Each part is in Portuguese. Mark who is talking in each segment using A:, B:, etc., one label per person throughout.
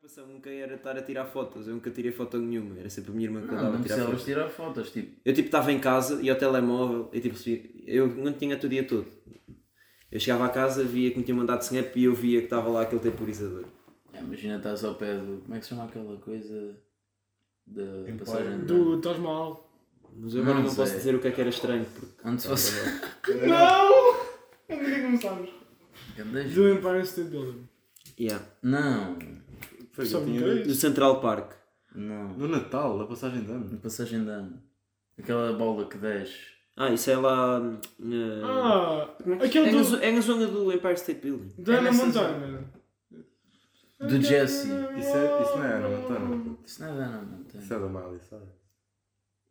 A: preocupação nunca um era estar a tirar fotos. Eu nunca tirei foto nenhuma. Era sempre a minha irmã que
B: Não,
A: andava
B: Ah, não
A: a tirar fotos.
B: precisavas tirar fotos, tipo.
A: Eu tipo estava em casa e ao telemóvel e tipo recebi- eu não tinha o dia todo. Eu chegava a casa, via que me tinha mandado snap e eu via que estava lá aquele temporizador.
B: é, Imagina estás ao pé do. Como é que se chama aquela coisa? Da
C: Empório.
B: passagem de-
D: Do Taj Mahal.
A: Mas agora
B: Não
A: não, posso
B: sei.
A: dizer o que é que era estranho porque
B: Onde se fosse.
D: Não! Onde é que começámos?
B: Grandes-
D: Do Empire State Building.
A: yeah.
B: Não,
C: Foi,
D: Só
C: eu tinha
D: me
C: dito.
A: do Central Park.
B: não.
C: No Natal, na passagem de ano.
B: Na passagem de ano. Aquela bola que desce.
A: Ah, isso é lá na...
D: Ah!
A: Como é que-
D: Aquele
A: é, na,
D: do-
A: zo- é na zona do Empire State Building.
D: Da Ana
B: nessa
D: Montana.
B: Do Jesse.
C: Isso, é, isso não é Ana Montana.
B: Isso não é da Ana Montana.
C: Isso é da Miley, sabe?
D: Sim,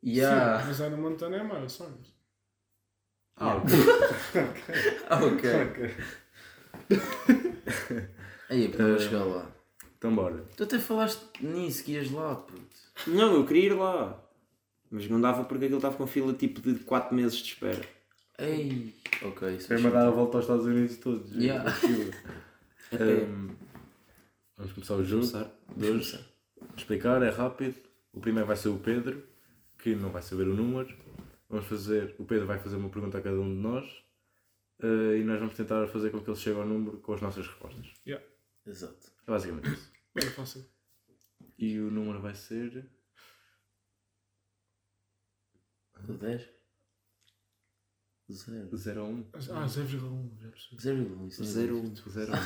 B: Yeah.
D: mas Ana Montana é Miley Cyrus.
C: Ah,
B: Ah, ok.
C: ok.
B: Aí, porque eu chegar lá.
C: Então bora.
B: Tu até falaste nisso que ias lá, puto.
A: Não, eu queria ir lá. Mas não dava porque aquilo estava com fila tipo de 4 meses de espera.
B: Ei. Ok, isso é
C: Quero mandar a volta aos Estados Unidos todos.
B: Yeah.
C: Ahm, vamos começar o jogo.
A: Começar.
C: Dois. Explicar, é rápido. O primeiro vai ser o Pedro, que não vai saber o número. Vamos fazer, o Pedro vai fazer uma pergunta a cada um de nós eh, e nós vamos tentar fazer com que ele chegue ao número com as nossas respostas.
B: Exato.
C: É basicamente isso.
D: Bem fácil.
C: E o número vai ser.
B: Do 10? Zero.
C: 0 a 1.
D: Ah, 0,1, já percebi.
B: Zero e um, isso não é
A: Zero.
B: difícil.
C: 0 a 1.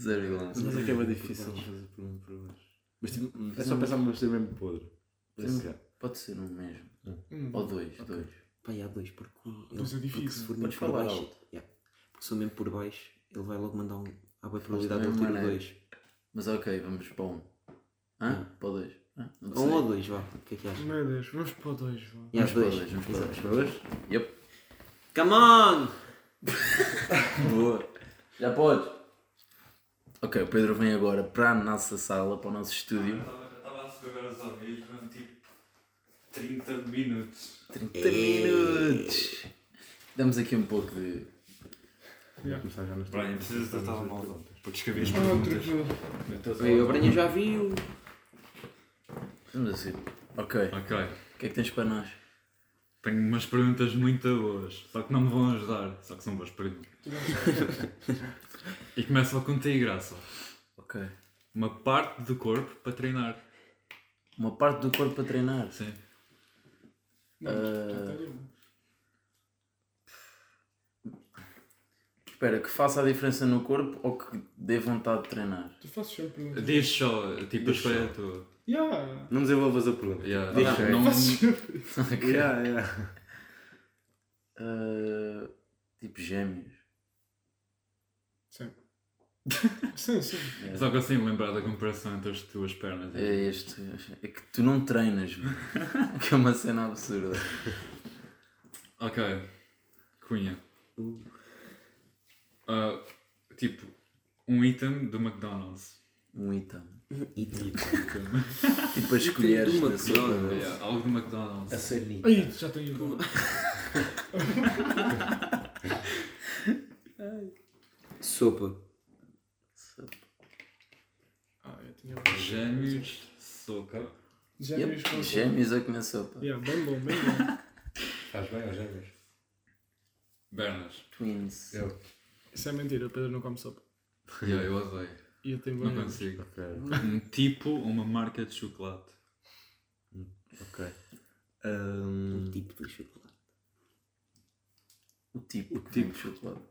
B: Zero e um.
C: Mas é que é bem difícil fazer por um por hoje. Mas tipo, é só pensar numa ser mesmo podre. Por isso já.
B: Pode ser um mesmo.
D: Hum.
C: Oh,
B: Ou dois, dois.
A: Pai, há dois, porque, um-
D: Mas é
A: porque
D: difícil.
A: se for mesmo
B: Podes
A: por
B: falar
A: baixo.
B: alto.
A: Yeah. Porque se for mesmo por baixo, ele vai logo mandar um. Há boa probabilidade de
B: da
A: ele
B: mesma
A: ter o
B: maneira.
A: 2.
B: Mas ok, vamos para um. Hã? Para o dois. Hã? Não
A: Hum. Um ou
B: sei.
A: dois, vá. O que é que achas?
D: Meu Deus, vamos para o 2, vá.
A: E há
B: Vamos para
A: dois.
B: dois, vamos para
A: Exato.
B: dois.
C: Mas,
B: Yep.
A: Come on!
B: Boa. Já podes. Ok, o Pedro vem agora para a nossa sala, para o nosso estúdio.
E: Estava a receber agora os ouvidos, mesmo tipo 30 minutos.
B: 30 minutos. Damos aqui um pouco de.
C: vamos começar já nos
E: Brian, precisas da telemóvel para descrever as
D: Ah,
E: perguntas.
D: tranquilo.
A: Bem, o Brenha já viu.
B: Vamos assim. Ok,
E: Ok,
B: o que é que tens para nós?
E: tenho umas perguntas muito boas, só que não me vão ajudar, só que são boas perguntas. e começa contigo, graça.
B: Ok.
E: Uma parte do corpo para treinar.
B: Uma parte do corpo para treinar.
E: Sim.
D: Não,
C: Ah.
D: já estaria bom.
B: Espera, que faça a diferença no corpo ou que dê vontade de treinar?
D: Tu fazes sempre perguntas.
E: Diz só, tipo, a
C: Diz só.
E: escolha tua.
D: Yeah!
C: Não desenvolvas a pergunta.
E: Yeah,
B: Diz
E: não-
B: só.
C: Hum.
E: não-
D: Fazes sempre.
C: Yeah, yeah.
B: Ah, tipo gêmeos.
D: Sempre. Sim, sim.
E: Só que assim lembrar da comparação entre as tuas pernas.
B: É este. É que tu não treinas, mano. que é uma cena absurda.
E: Ok. Cunha. Ah, tipo, um item do McDonald's.
B: Um item.
A: E tipo,
B: Tipo a escolheres
A: do
B: na sopa
A: McDonald's.
B: deles.
E: Yeah, algo do McDonald's.
A: sanita.
D: Aí, já tenho bom.
A: Sopa.
D: Ah, eu tinha
B: é
E: Gêmeos, soca.
D: Já
B: Yep,
D: yep. com
B: Gêmeos a comer sopa.
D: Yeah, bem bom, bem bom.
C: Faz bem aos gêmeos.
E: Bernas.
B: Twins.
C: Eu.
D: Isso é mentira, o Pedro não come sopa.
E: Yeah, eu odeio.
D: E eu tenho
E: Não
D: bom.
E: consigo.
C: Ok,
E: Um tipo ou uma marca de chocolate.
C: ok. Ahm,
A: Um tipo de chocolate.
B: O tipo. O tipo de chocolate.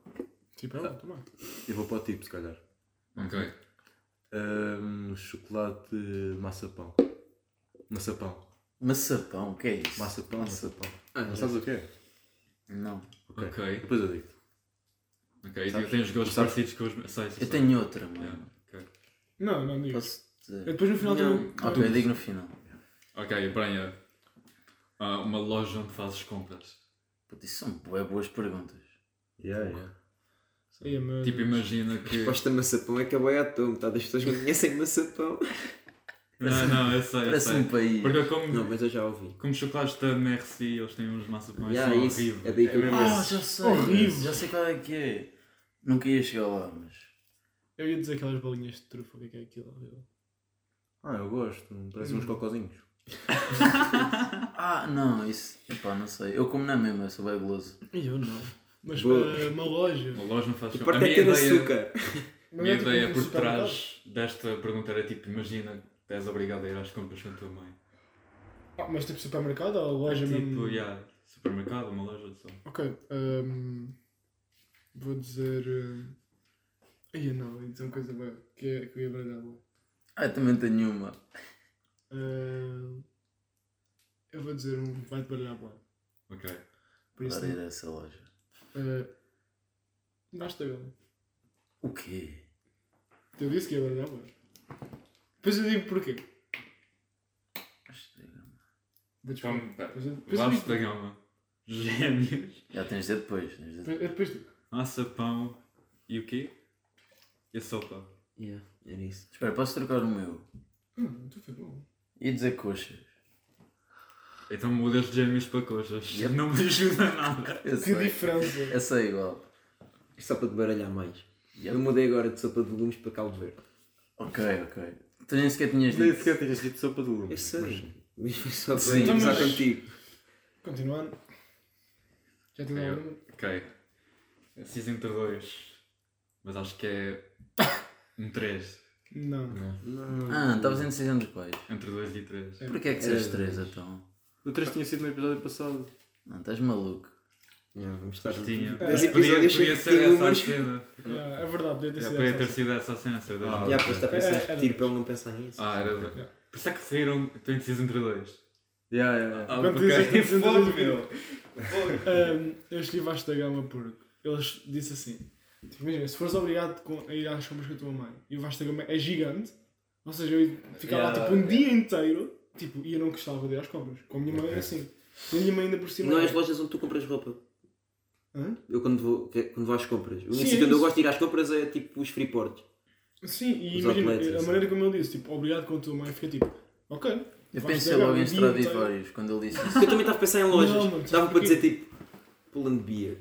D: Tipo, é bom, toma.
C: eu vou para o tipo, se calhar.
E: Ok.
C: Ahm, chocolate maçapão. Maçapão.
B: Maçapão, o que é isso?
C: Maçapão, maçapão.
A: Ah,
C: Não sabes o que é?
B: Não.
C: Ok.
E: Ok.
C: Depois eu digo.
E: Ok,
C: Sabes-
E: tu tens gostos
C: sabes-
E: parecidos com os meus. Sei, sei,
B: Eu
E: sei.
B: tenho outra,
E: Yeah,
B: mano.
E: ok.
D: Não, não digo.
B: Posso Ah,
D: Eu
B: dizer?
D: depois no final
A: Não.
D: tenho.
B: Ok, eu digo é no final.
E: Ok, Brian. Ah, uma loja onde fazes compras.
B: Puta, Isso são bué boas perguntas.
C: Yeah, yeah.
D: Aí, meu
E: Tipo,
D: Deus.
E: imagina que.
A: Resposta maçapão é que é boi à toa. Metade das pessoas não conhecem maçapão.
E: Não, não, eu sei, eu
B: Parece
E: sei.
B: um país.
E: Porque eu como,
A: Não, mas eu já ouvi.
E: como chocolates da Merci, eles têm uns maçapões
A: Yeah,
E: são
A: isso. É
E: horríveis.
A: daí que eu
C: mesmo
B: Ah,
A: conheço.
B: já sei.
D: Horrível.
B: Já sei qual é que é. Nunca ia chegar lá, mas.
D: Eu ia dizer aquelas bolinhas de trufa, o que é que é aquilo?
C: Ah, eu gosto. Parece uns cocozinhos.
B: Ah, não, isso. Epá, não sei. Eu como na mesma, eu sou bem guloso.
D: Eu não. Mas
A: Boa.
D: para uma loja.
E: Uma loja não faz
A: E
E: show.
A: parte é que tem açúcar.
E: A minha
D: Mas é tipo
E: ideia
D: um
E: por
D: supermercado.
E: trás desta pergunta era tipo, imagina, és obrigado a ir às compras com a tua mãe.
D: Ah, mas tipo supermercado ou loja
E: Tipo,
D: mesmo?
E: yeah, supermercado, uma loja de som.
D: Ok. hum, vou dizer. hum, Ai, eu não, ia dizer uma coisa boa, que, é, que eu ia bradar. bué.
B: Ah, eu também tenho uma.
D: Hum, eu vou dizer um vai te baralhar boa.
E: Ok.
D: Por isso,
B: Para ir a essa é loja.
D: uh, basta ele.
B: O quê?
D: Eu disse que ia baralhar boa. Depois eu digo porquê. Vou
E: Então,
D: descobrir.
E: pera,
D: Depois eu- depois eu
E: Vasco
D: digo.
E: da Gama, Gêmeos,
B: Já tens de dizer depois. Tens de dizer.
D: Depois- eu Depois digo.
E: Massa Pão e o quê? E a sopa.
A: Yeah, era isso.
B: Espera, posso trocar o meu?
D: Hum, tu foi bom.
B: E dizer coxas.
E: Então mudas de gêmeos para coxas.
B: Yep.
E: Não me ajuda nada.
B: Eu
D: Que
B: sei.
D: diferença.
B: Eu sei igual.
A: Isto só para te baralhar mais.
B: Yep.
A: Eu mudei agora de sopa de legumes para caldo verde.
B: Ok, ok. Tu nem sequer tinhas
C: Nem
B: dito.
C: sequer tinhas dito sopa de
A: Eu
C: lume.
A: sei. Mas foi só para
B: Sim,
A: usar
D: mas-
A: contigo.
D: Continuando. Já tinha
E: Eu-
D: algum?
E: Ok. Preciso entre dois. Mas acho que é um três.
D: Não.
E: É.
B: Ah, estavas em decisão dos pais.
E: Entre dois e três.
B: Porquê é que disseste três então?
C: O 3 tinha sido no episódio passado.
B: Não, estás maluco.
A: Yeah, vamos estar.
E: Tinha.
A: Esse
E: Podia,
A: episódio
E: podia
A: achei que
E: ser
A: tinha
E: essa a
A: números.
E: cena.
D: Ah, é verdade, podia ter
E: Já
D: sido
E: podia ter
D: essa.
E: sido essa a cena, ser dois.
C: Ah,
A: Já, depois está a pensar em
D: Era- era-
A: repetir para ele não pensar nisso.
E: Ah, era.
D: Yeah.
E: Por isso é que saíram. Estou indeciso entre dois.
C: Yeah, yeah, yeah.
E: Ah,
D: Quando
E: ok.
D: dizem que é indeciso entre
E: Fogo,
D: dois,
E: meu.
D: Ahm, Um, eu estive à da gama porque eles disse assim: tipo, imagina, se fores obrigado com- a ir às compras com a tua mãe e o Vasco da gama é gigante, ou seja, eu ia ficar lá
B: Yeah,
D: tipo um
B: yeah.
D: dia inteiro tipo, e eu não gostava de ir às compras. Com a minha mãe era assim. E a minha mãe ainda por cima.
A: Não é
D: era-
A: as lojas onde tu compras roupa.
D: Hã?
A: Eu quando vou, que- quando vou às compras. O
D: Sim,
A: único
D: é
A: sítio onde eu
D: isso.
A: gosto de ir às compras é tipo os freeports.
D: Sim, e
A: Os
D: imagina,
A: outlets,
D: a
A: assim.
D: maneira como ele disse: tipo, obrigado com a tua mãe, fica tipo, ok.
B: Eu
D: Vasco
B: pensei
D: da Gama,
B: logo em
D: um dia inteiro.
B: Stradivarius quando ele disse isso.
A: Porque eu também estava a pensar em
D: Não, é mano,
A: lojas. Estava
D: sabe
A: para
D: porquê?
A: dizer tipo. Pull and beer.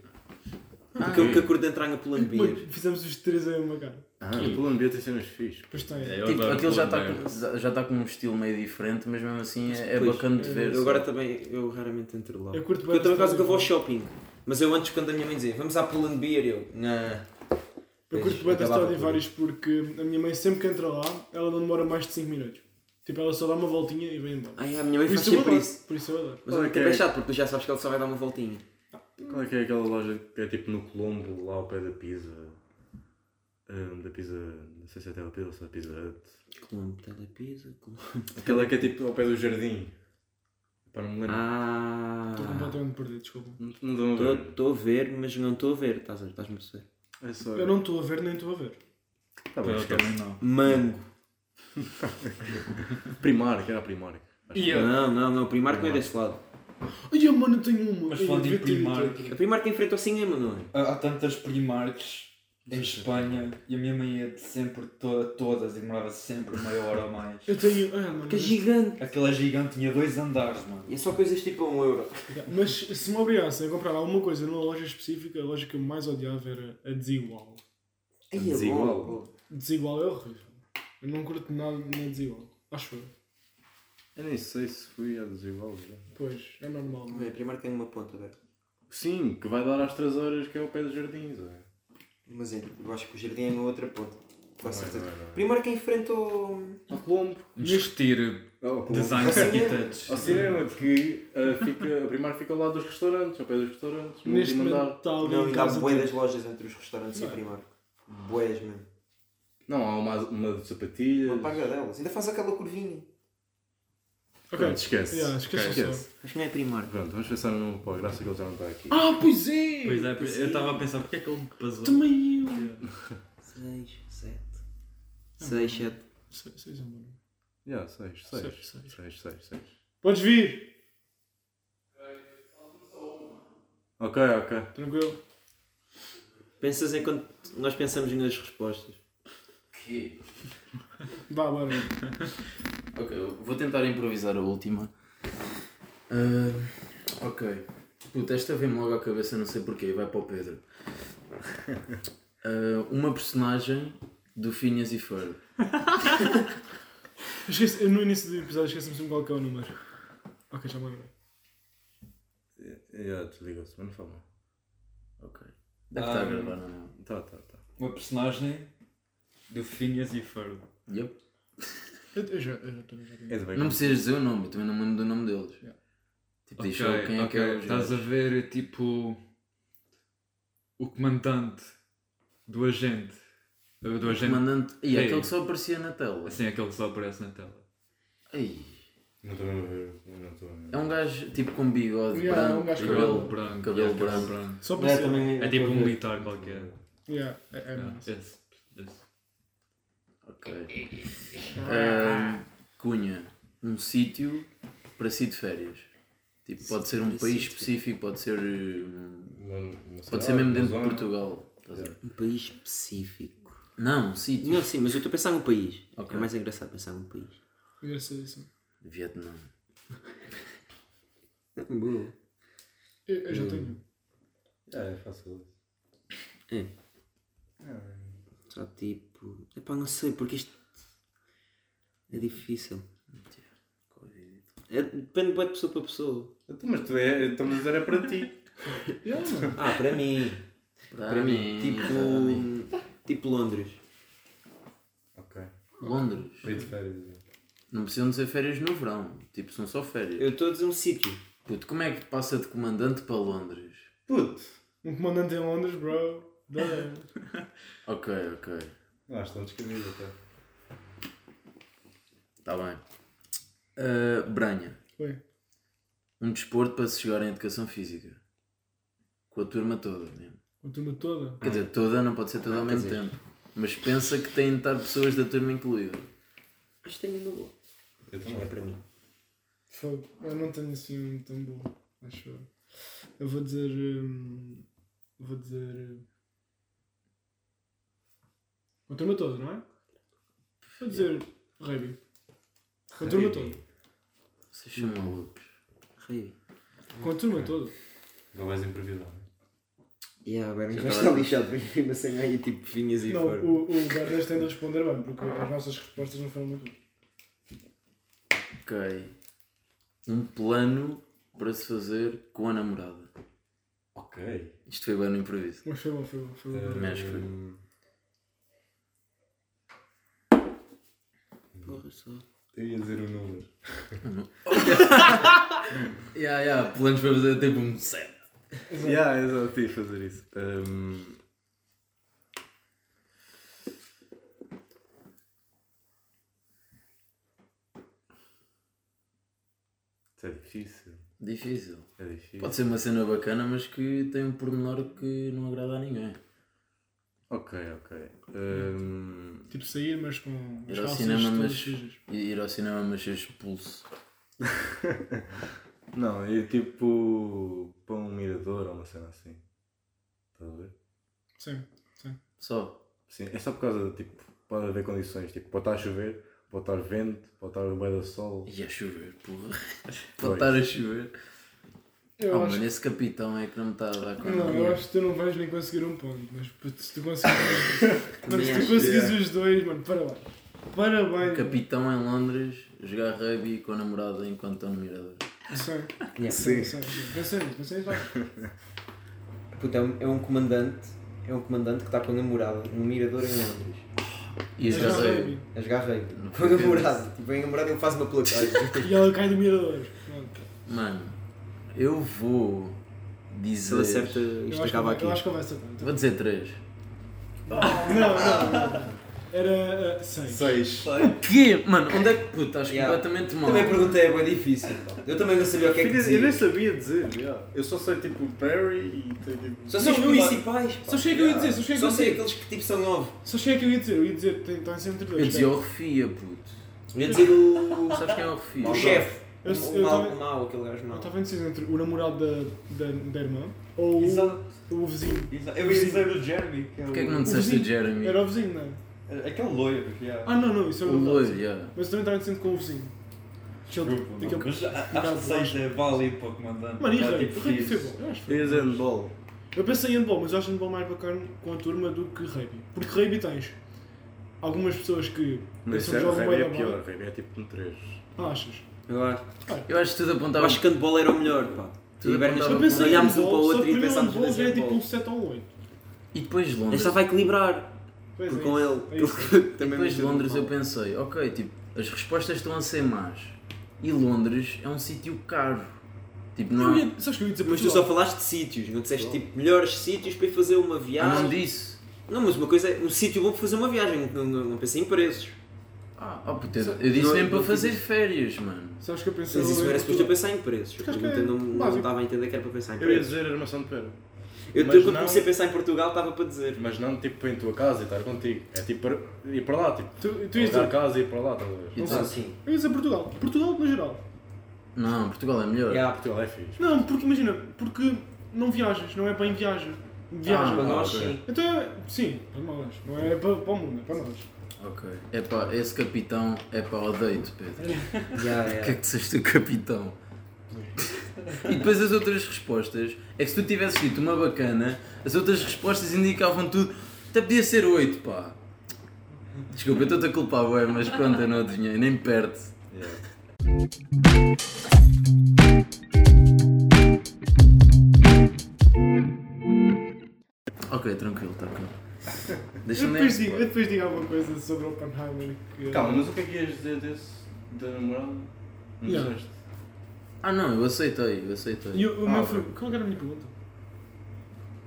D: Ah,
A: Porque
D: é.
A: eu que acordo de entrar na Pull and beer.
D: Mano, fizemos os três a uma cara.
C: Ah, o Pull and Beer tem cenas fixe.
D: Pois tem.
E: É, eu
B: Tipo,
E: adoro
B: aquilo já
E: Golden
B: está
E: Bear.
B: com, já tá com um estilo meio diferente, mas mesmo assim é, é
A: Pois,
B: bacana de ver.
A: Eu agora
B: sabe?
A: também, eu raramente entro lá.
D: Eu curto
A: Porque
D: bué
A: eu também
D: de
A: quase que eu vou ao
D: estar
A: shopping. Mas eu antes, quando a minha mãe dizia, vamos à Pull and Beer, eu, não.
D: Eu
A: Pois,
D: curto bem
A: acabava
D: da história de
A: por-
D: vários porque a minha mãe sempre que entra lá, ela não demora mais de 5 minutos. Tipo, ela só dá uma voltinha e vem embora.
A: Ai, a minha mãe
D: Por
A: faz
D: isso é eu
A: sempre
D: adoro.
A: isso.
D: Por isso eu adoro.
A: Mas eu
C: Ok.
A: fiquei bem chato, porque tu já sabes que ele só vai dar uma voltinha.
C: Qual é que é aquela loja que é tipo no Colombo, lá ao pé da Pisa? Ahm, da Pisa. Não sei se é até a Pisa ou se é a Pisa Hut.
A: Colombo, telepisa, Colombo.
C: Aquela que é tipo ao pé do jardim. Pá, não me lembro.
A: Ah.
D: Estou completamente perdido, desculpa.
C: Não, não dou a ver.
A: Estou a ver, mas não estou a ver. Estás a ver? Estás-me a perceber?
C: É só.
D: Eu não estou a ver nem estou a ver.
C: Tá bem,
E: Eu
C: esquece.
E: também não.
A: Mango.
C: Primark, era a Primark. Acho
E: E eu?
A: Não, não, não. Primark não é desse lado.
D: Ai, eu, mano, eu tenho uma.
E: Mas
D: Ai,
E: falando em
D: devia ter dito.
E: Primark,
A: A Primark enfrenta o cinema, não é?
E: há há tantas Primarks em Espanha e a minha mãe ia de sempre to- todas e demorava sempre meia hora ou mais.
D: Eu tenho. Ah, mano.
A: Que é gigante.
E: Aquela gigante tinha dois andares, mano.
A: E é só coisas tipo a um euro.
D: Mas se me obrigassem a comprar alguma coisa numa loja específica, a loja que eu mais odiava era a Desigual.
A: Ai, é
C: Desigual.
A: louco.
D: Desigual é horrível. Eu não curto nada na Desigual. Acho eu.
C: que- Eu nem sei se fui a desigual já.
D: Pois, é normal. não é?
A: Bem, A Primark tem uma ponta aberta.
C: Sim, que vai dar às 3 horas que é ao pé dos jardins. É.
A: Mas é, eu acho que o jardim é na outra ponta. Com certeza.
C: não é, não é.
A: Primark enfrenta o.
C: Ao Colombo.
E: Vamos discutir
C: Ao Colombo.
E: designs
A: Sim.
E: arquitetos.
C: Ao cinema, de que ah, fica, a Primark fica ao lado dos restaurantes, ao pé dos restaurantes. no
D: Neste
C: último
D: momento
C: andar.
D: está ali
A: Não,
D: em
A: ainda há
D: casa.
A: bué
D: tipo,
A: das lojas entre os restaurantes e a
D: Não.
A: Primark. Boés mesmo.
C: Não, há uma, uma de sapatilhas.
A: Não paga delas. Ainda faz aquela curvinha.
D: Ok.
C: Pronto, esquece.
D: Yeah, esquece
C: Ok,
D: só.
A: Acho que não é Primark.
C: Pronto, vamos pensar no pó, graças a que ele já não está aqui.
D: Ah, pois é!
E: Pois é, pois- eu estava a pensar, porque é que ele me passou?
D: Também eu.
A: 6, 7. 6, 7.
D: Sei- sei, sei, mano.
C: Já, 6, 6.
D: Seis, seis.
C: 6, 6, 6.
D: Podes vir!
C: Ok, ok.
D: Tranquilo.
A: Pensas em quando nós pensamos nas respostas.
B: Que-
D: Vá, bora.
B: Ok, eu vou tentar improvisar a última. Ah, ok. Puta, esta vem-me logo à cabeça, não sei porquê, vai para o Pedro. Ah, uma personagem do Finhas e Ferb.
D: Eu esqueci- eu no início do episódio esqueci-me sempre qual que é o número. Ok, já me lembro.
C: Já, desligou-se, mas não fala mal.
B: Ok. Deve
E: Ah.
B: estar a gravar, não é?
C: Tá, tá, tá.
E: Uma personagem do Phineas e Ferb.
B: Yep.
D: Eu, eu já, eu já estou já
C: É de bem.
B: Não precisas dizer o nome, eu também não me lembro do nome deles.
D: Yeah.
B: Tipo, diz só quem é que é o
E: Estás a ver, tipo, o comandante do agente. Do do agente.
B: comandante. E é
E: Ei.
B: aquele que só aparecia na tela.
E: Assim, aquele que só aparece na tela.
B: Ei.
C: Não estou mesmo a ver. Não estou a ver.
B: É um gajo tipo com bigode
D: Yeah,
B: branco,
D: é um gajo com
E: Cabelo
B: cabelo
E: branco.
B: cabelo
E: yeah,
B: branco.
D: Só para
A: Yeah,
D: ser.
A: também
E: É tipo um militar qualquer.
D: Yeah, é, é,
E: Yeah,
D: nice.
E: esse, esse.
B: Ok. Ahm, Cunha, um sítio para si de férias. Tipo, pode ser um país específico, pode ser. hum, Pode ser mesmo dentro de Portugal. Estás a ver?
A: Um país específico.
B: Não, um sítio.
A: Não, sim, mas eu estou a pensar num país.
B: Ok.
A: É mais engraçado pensar num país.
D: Engraçadíssimo.
B: Vietnã.
A: É Boa.
D: Eu, eu já tenho.
C: É, é fácil.
A: É. Só tipo. Epá, não sei, porque isto. É difícil. É, depende bué de pessoa para pessoa.
C: Então, mas tu é, estamos a dizer é para ti.
D: Yeah, mano.
A: Ah, para mim.
B: Para,
A: Para mim.
B: para mim.
A: Tipo. Tipo Londres.
C: ok.
A: tipo,
B: Londres.
C: Fui de férias.
B: Não precisam de ser férias no verão. Tipo, são só férias.
A: Eu estou a dizer um sítio.
B: Puto, como é que passa de comandante para Londres?
C: Puto.
D: Um comandante em Londres, bro. Da-
B: Ok, ok.
C: Ah, estão descabidos até.
B: Está Tá bem. Ah, Branha.
D: Foi.
B: Um desporto para se chegar em educação física. Com a turma toda mesmo.
D: A turma toda.
B: Quer dizer, toda não pode ser toda ao
A: Quer
B: mesmo
A: dizer-
B: tempo. Mas pensa que têm de estar pessoas da turma incluída.
A: Acho que tenho ainda é boa.
C: Eu
A: É
C: também.
A: para mim.
D: Fogo. Eu não tenho assim um tão bom, acho eu. Eu vou dizer. hum, vou dizer. hum, A turma toda, não é? Vou dizer. Rugby. Com a turma toda.
B: Vocês são malucos.
A: Rei.
D: Com a turma toda.
C: Não vais improvisar. né?
A: Yeah, agora
B: Já
A: já está
B: estava-
A: lixado. porque Ainda sem aí tipo vinhas e
D: Não,
A: fora.
D: o, o Guardas tem de responder bem, porque as nossas respostas não foram muito. boas.
B: Ok. Um plano para se fazer com a namorada.
C: Ok.
B: Isto foi bem no improviso.
D: Mas foi bom, foi bom, foi bom.
B: Também acho que foi.
C: Hum,
A: Porra, só.
C: Eu ia dizer o número.
B: Ya, ya, planos para fazer tipo um set.
C: Yeah, exato, ia fazer isso. Hum, Isso é difícil.
B: Difícil.
C: É difícil.
B: Pode ser uma cena bacana, mas que tem um pormenor que não agrada a ninguém.
C: Ok, ok. Hum,
D: Tipo sair, mas com as
B: Ir ao
D: calças
B: cinema,
D: todas
B: mas.
D: sujas.
B: Ir ao cinema, mas ser expulso.
C: Não, é tipo para um mirador ou uma cena assim. Estás a ver?
D: Sim, sim.
B: Só.
C: Sim, é só por causa de tipo, pode haver condições, tipo, pode estar a chover, pode estar vento, pode estar um banho de sol.
B: E a chover, porra. Pode estar a chover.
D: Eu
B: Oh,
D: acho
B: mano, esse capitão é que não me está a dar
D: que.
B: conta.
D: Não, eu acho que tu não vais nem conseguir um ponto, mas puto, se tu conseguires. mas se tu conseguires os dois, mano, parabéns. Parabéns.
B: Capitão em Londres, jogar rugby com a namorada enquanto estão no mirador.
D: Sim,
A: Yeah.
D: sim, sim. sim. Pensei nisso, pensei nisso.
A: Puta, é um, é um comandante. É um comandante que está com a namorada num mirador em Londres.
B: E
D: Mas
B: jogar
D: não
B: rugby.
A: A jogar rei.
B: Não
A: Com a
B: foi
A: namorada. Tipo, a namorada ele faz uma placagem.
D: E ela cai do mirador. Pronto.
B: Mano, eu vou
A: Se ele
B: dizer.
A: acerta,
D: Eu
A: isto
D: acho, que,
A: acaba
D: vai-
A: aqui.
D: eu acho que vai ser tanto.
B: Vou dizer três.
D: Não, não, não. não. Era uh, 6.
C: Seis.
B: Que? Mano, onde é que. Puta, estás
A: Ya.
B: completamente mal.
A: Também a pergunta é bem difícil. pá. Eu também não sabia o que é que
C: Eu nem
A: dizer.
C: sabia dizer, yeah. eu só sei tipo Perry e tem tipo.
A: Só sei os
D: Não, eu ia-
A: principais. pá.
D: Só sei o que eu ia dizer, só sei o que
A: Só
D: eu
A: sei
D: ia dizer.
A: aqueles que tipo são novos.
D: Só sei o que eu ia dizer, eu ia dizer, tem- está entre dois. né?
B: Eu dizia
D: cara.
B: Orfia, puto.
A: Eu ia dizer o.
B: Sabes quem é Orfia?
A: o chefe.
D: Eu-
A: O
D: eu
A: mau,
D: também-
A: o mau, aquele gajo
D: Eu
A: mau.
D: estava indeciso entre o namorado da, da, da irmã ou o- o vizinho.
E: Eu ia dizer o Jeremy, que é o.
B: Porquê é que não
D: O
B: disseste
D: vizinho.
B: o Jeremy?
D: Era o vizinho, não é?
E: Aquele loiro, yeah.
D: Ah, não, não, isso
B: O
D: é o namorado.
B: loiro, ya.
D: Mas eu também estava indeciso com o vizinho. Aquele- tipo, aquele-
E: Mas a- acho que seis é válido para o comandante.
D: Mano, é e
A: É
E: Dá,
D: rugby?
E: tipo,
D: Rugby foi
E: fixe.
D: bom, eu acho que foi
C: Eu ia
D: bom.
C: dizer handball.
D: Eu pensei em handball, mas eu acho handball mais bacana com a turma do que rugby. Porque rugby tens algumas pessoas que
C: Mas isso
D: pensam que
C: é, o
D: jogam
C: rugby
D: bem
C: é
D: a bola.
C: pior, o rugby é tipo um 3.
D: Ah, achas?
A: Eu acho-
B: Eu acho que tudo
A: eu
B: apontava.
A: acho que handball era o melhor, pá.
B: Tudo
A: Tivermos-
B: apontava-
D: Eu pensei
A: olhámos
D: que
A: um para o
D: handball,
A: outro
D: só que
A: e pensámos
D: primeiro
A: nesse
D: handball é tipo
A: handball.
D: um 7 ou um 8.
B: E depois de Londres.
A: Esta vai equilibrar,
D: Pois
A: porque
D: é
A: com
D: isso,
A: ele.
D: é isso.
A: porque também
B: Depois de
A: mexeu
B: Londres
A: mal.
B: eu pensei, ok, tipo, as respostas estão a ser más. E Londres é um sítio caro. Tipo,
D: Eu
B: não há...
D: ia- Sabes que eu ia dizer
A: Mas tu só falaste de sítios, não disseste tipo melhores sítios para ir fazer uma
B: Eu não
A: viagem.
B: disse.
A: Não, mas uma coisa é um sítio bom para fazer uma viagem, não, não, não pensei em preços.
B: Ah, oh, puta, eu disse
A: Não,
B: mesmo para
A: não
B: fazer férias, mano.
D: Sabes que eu pensei.
A: Mas isso não era suposto eu pensar em preços. A
D: Acho que
A: pergunta
D: é
A: não, não
D: básico.
A: estava a entender que era para pensar em
C: Eu ia
A: preços.
C: dizer armação de pera.
A: Eu,
C: mas
A: quando
C: não-
A: comecei a pensar em Portugal estava para dizer.
C: Mas não tipo em tua casa e estar contigo. É tipo para- ir para lá, tipo.
D: Tu, tu ias
C: Alugar
D: dizer,
C: casa e ir para lá, talvez.
B: Eu
D: sei.
B: disse,
A: sim.
D: eu ia dizer Portugal. Portugal no geral.
B: não, Portugal é melhor.
C: Ah, Portugal é fixe.
D: Não, porque imagina, porque não viajas, não é bem viagem. Viagem.
A: Para
B: Ah,
A: nós,
B: ok.
A: sim.
D: Então é. Sim, para nós. Não é para, para o mundo, é para nós.
B: Ok. É pá, esse capitão é pá, odeio-te, Pedro.
A: Já,
B: Porquê é
A: já.
B: que disseste o capitão? e depois as outras respostas, é que se tu tivesses dito uma bacana, as outras respostas indicavam tudo. Até podia ser 8, pá. Desculpa, eu estou-te a culpar, ué, mas pronto, eu não adivinhei, nem perto. Ok, tranquilo, tranquilo.
D: Eu
B: Deixa-me
D: depois, digo, eu
B: nem.
D: depois digo alguma coisa sobre Oppenheimer que.
C: Calma, mas o que é que ias dizer desse? Da namorada? Não
D: Yeah.
C: disseste?
B: Ah não, eu aceitei, eu aceitei.
D: E o, o
C: Ah,
D: meu
C: ok.
D: foi. Qual era a minha pergunta?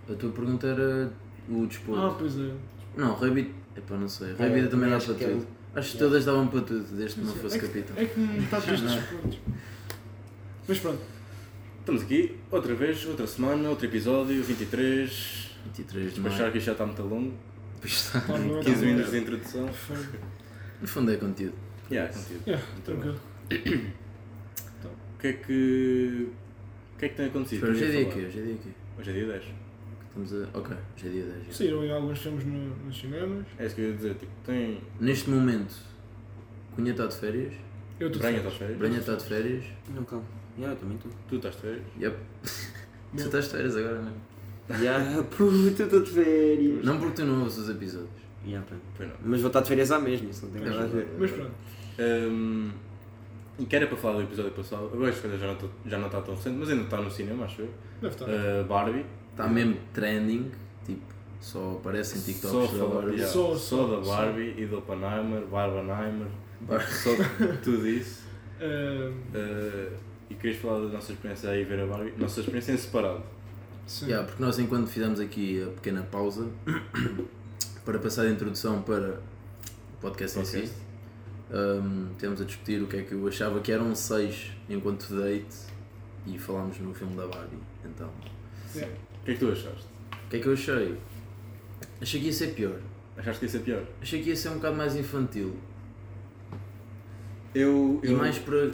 B: A tua pergunta era o desporto.
D: Ah, pois é.
B: Não, Rabbit. Epá, não sei. Rabbit
A: eu
B: também dá
A: acho
B: para
A: que é o-
B: tudo. Acho que todas davam para tudo, desde que não fosse capitão.
D: É que metade destes pontos. Mas pronto,
C: Estamos aqui, outra vez, outra semana, outro episódio, 23.
B: 23 de
C: Para achar
B: maio.
C: que isto já está muito longo.
B: Pois está.
D: tá bom, tá
C: 15
D: bom.
C: minutos de introdução.
D: Foi.
B: No fundo é conteúdo.
C: Yeah, é contigo.
D: Yeah,
C: Muito bem.
D: tranquilo.
C: O que é que. O que é que tem
B: Espera,
C: acontecido?
B: hoje é
C: Queria
B: dia
C: falar.
B: quê? Hoje é dia quê?
C: Hoje é dia 10.
B: Estamos a. Ok, hoje é dia 10. já.
D: Saíram aí alguns filmes no- nos cinemas.
C: É isso que eu ia dizer, tipo, tem.
B: Neste momento, Cunha está de férias.
D: Eu estou
C: Branha, estás de férias?
B: Branha está de férias.
A: Não, calma. Já, eu também estou.
C: Tu estás de férias?
B: Yep. tu estás de férias agora mesmo.
A: Já, puta, estou de férias.
B: Não porque tu não ouves os episódios.
A: Já, pá.
C: Pois não.
A: Mas vou estar de férias à mesma, isso não tem nada a ver.
D: Mas pronto,
C: Hum, E que era para falar do episódio passado. Agora se calhar já não, tô- já não está tão recente, mas ainda está no cinema, acho eu.
D: deve estar.
C: Uh, Barbie.
B: Está mesmo trending. Tipo, só aparecem
C: só,
B: TikToks da
C: falar,
B: hora.
C: yeah,
D: Só-
C: só,
D: só-
C: da
D: só.
C: Barbie e do Oppenheimer, Barbenheimer,
B: Bar-
C: só tudo isso.
D: Ahm,
C: Uh, e querias falar da nossa experiência aí ver a Barbie? Nossa experiência em separado.
D: sim.
B: Yeah, porque nós, enquanto fizemos aqui a pequena pausa para passar a introdução para o podcast em si,
C: Podcast.
B: um, temos a discutir o que é que eu achava que eram seis enquanto date e falámos no filme da Barbie. Então,
D: Yeah.
C: O que é que tu achaste?
B: o que é que eu achei? Achei que ia ser pior.
C: Achaste que ia ser pior?
B: Achei que ia ser um bocado mais infantil
C: Eu.
B: e mais para,